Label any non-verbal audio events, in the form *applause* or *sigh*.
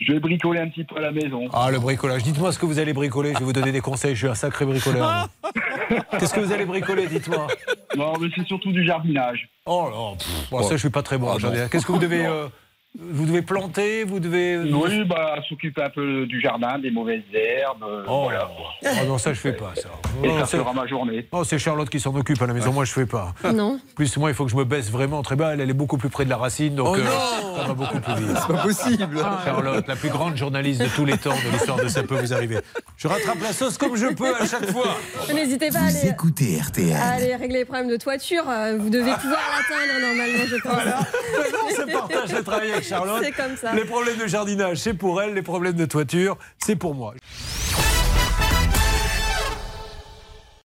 Je vais bricoler un petit peu à la *laughs* maison. Ah, le bricolage. Dites-moi ce que vous allez bricoler. Je vais vous donner des conseils. Je suis un sacré bricoleur. *laughs* Qu'est-ce que vous allez bricoler Dites-moi. Non, mais c'est surtout du jardinage. Oh là, pff, bon, ça, je suis pas très bon. Ah, en jardinage. Qu'est-ce que vous devez. euh, vous devez planter, vous devez. euh, Oui, bah, s'occuper un peu du jardin, des mauvaises herbes. euh, Oh, voilà. oh non, ça, je fais pas, ça. Et Oh, ça c'est- fera ma journée. Oh, c'est Charlotte qui s'en occupe à la maison. Moi, je fais pas. Non. Plus, moi, il faut que je me baisse vraiment très bas. Elle, elle est beaucoup plus près de la racine, donc euh, ça va beaucoup plus vite. Oh Ah, C'est pas possible. Charlotte, la plus grande journaliste de tous les temps de l'histoire de Ça peut vous arriver. Je rattrape la sauce comme je peux à chaque fois. N'hésitez pas à Vous aller, écoutez RTL. à aller régler les problèmes de toiture. euh, Vous devez pouvoir l'atteindre normalement, je pense. J'adore ce partage de travail avec Charlotte. C'est comme ça. Les problèmes de jardinage, c'est pour elle. Les problèmes de toiture, c'est pour moi.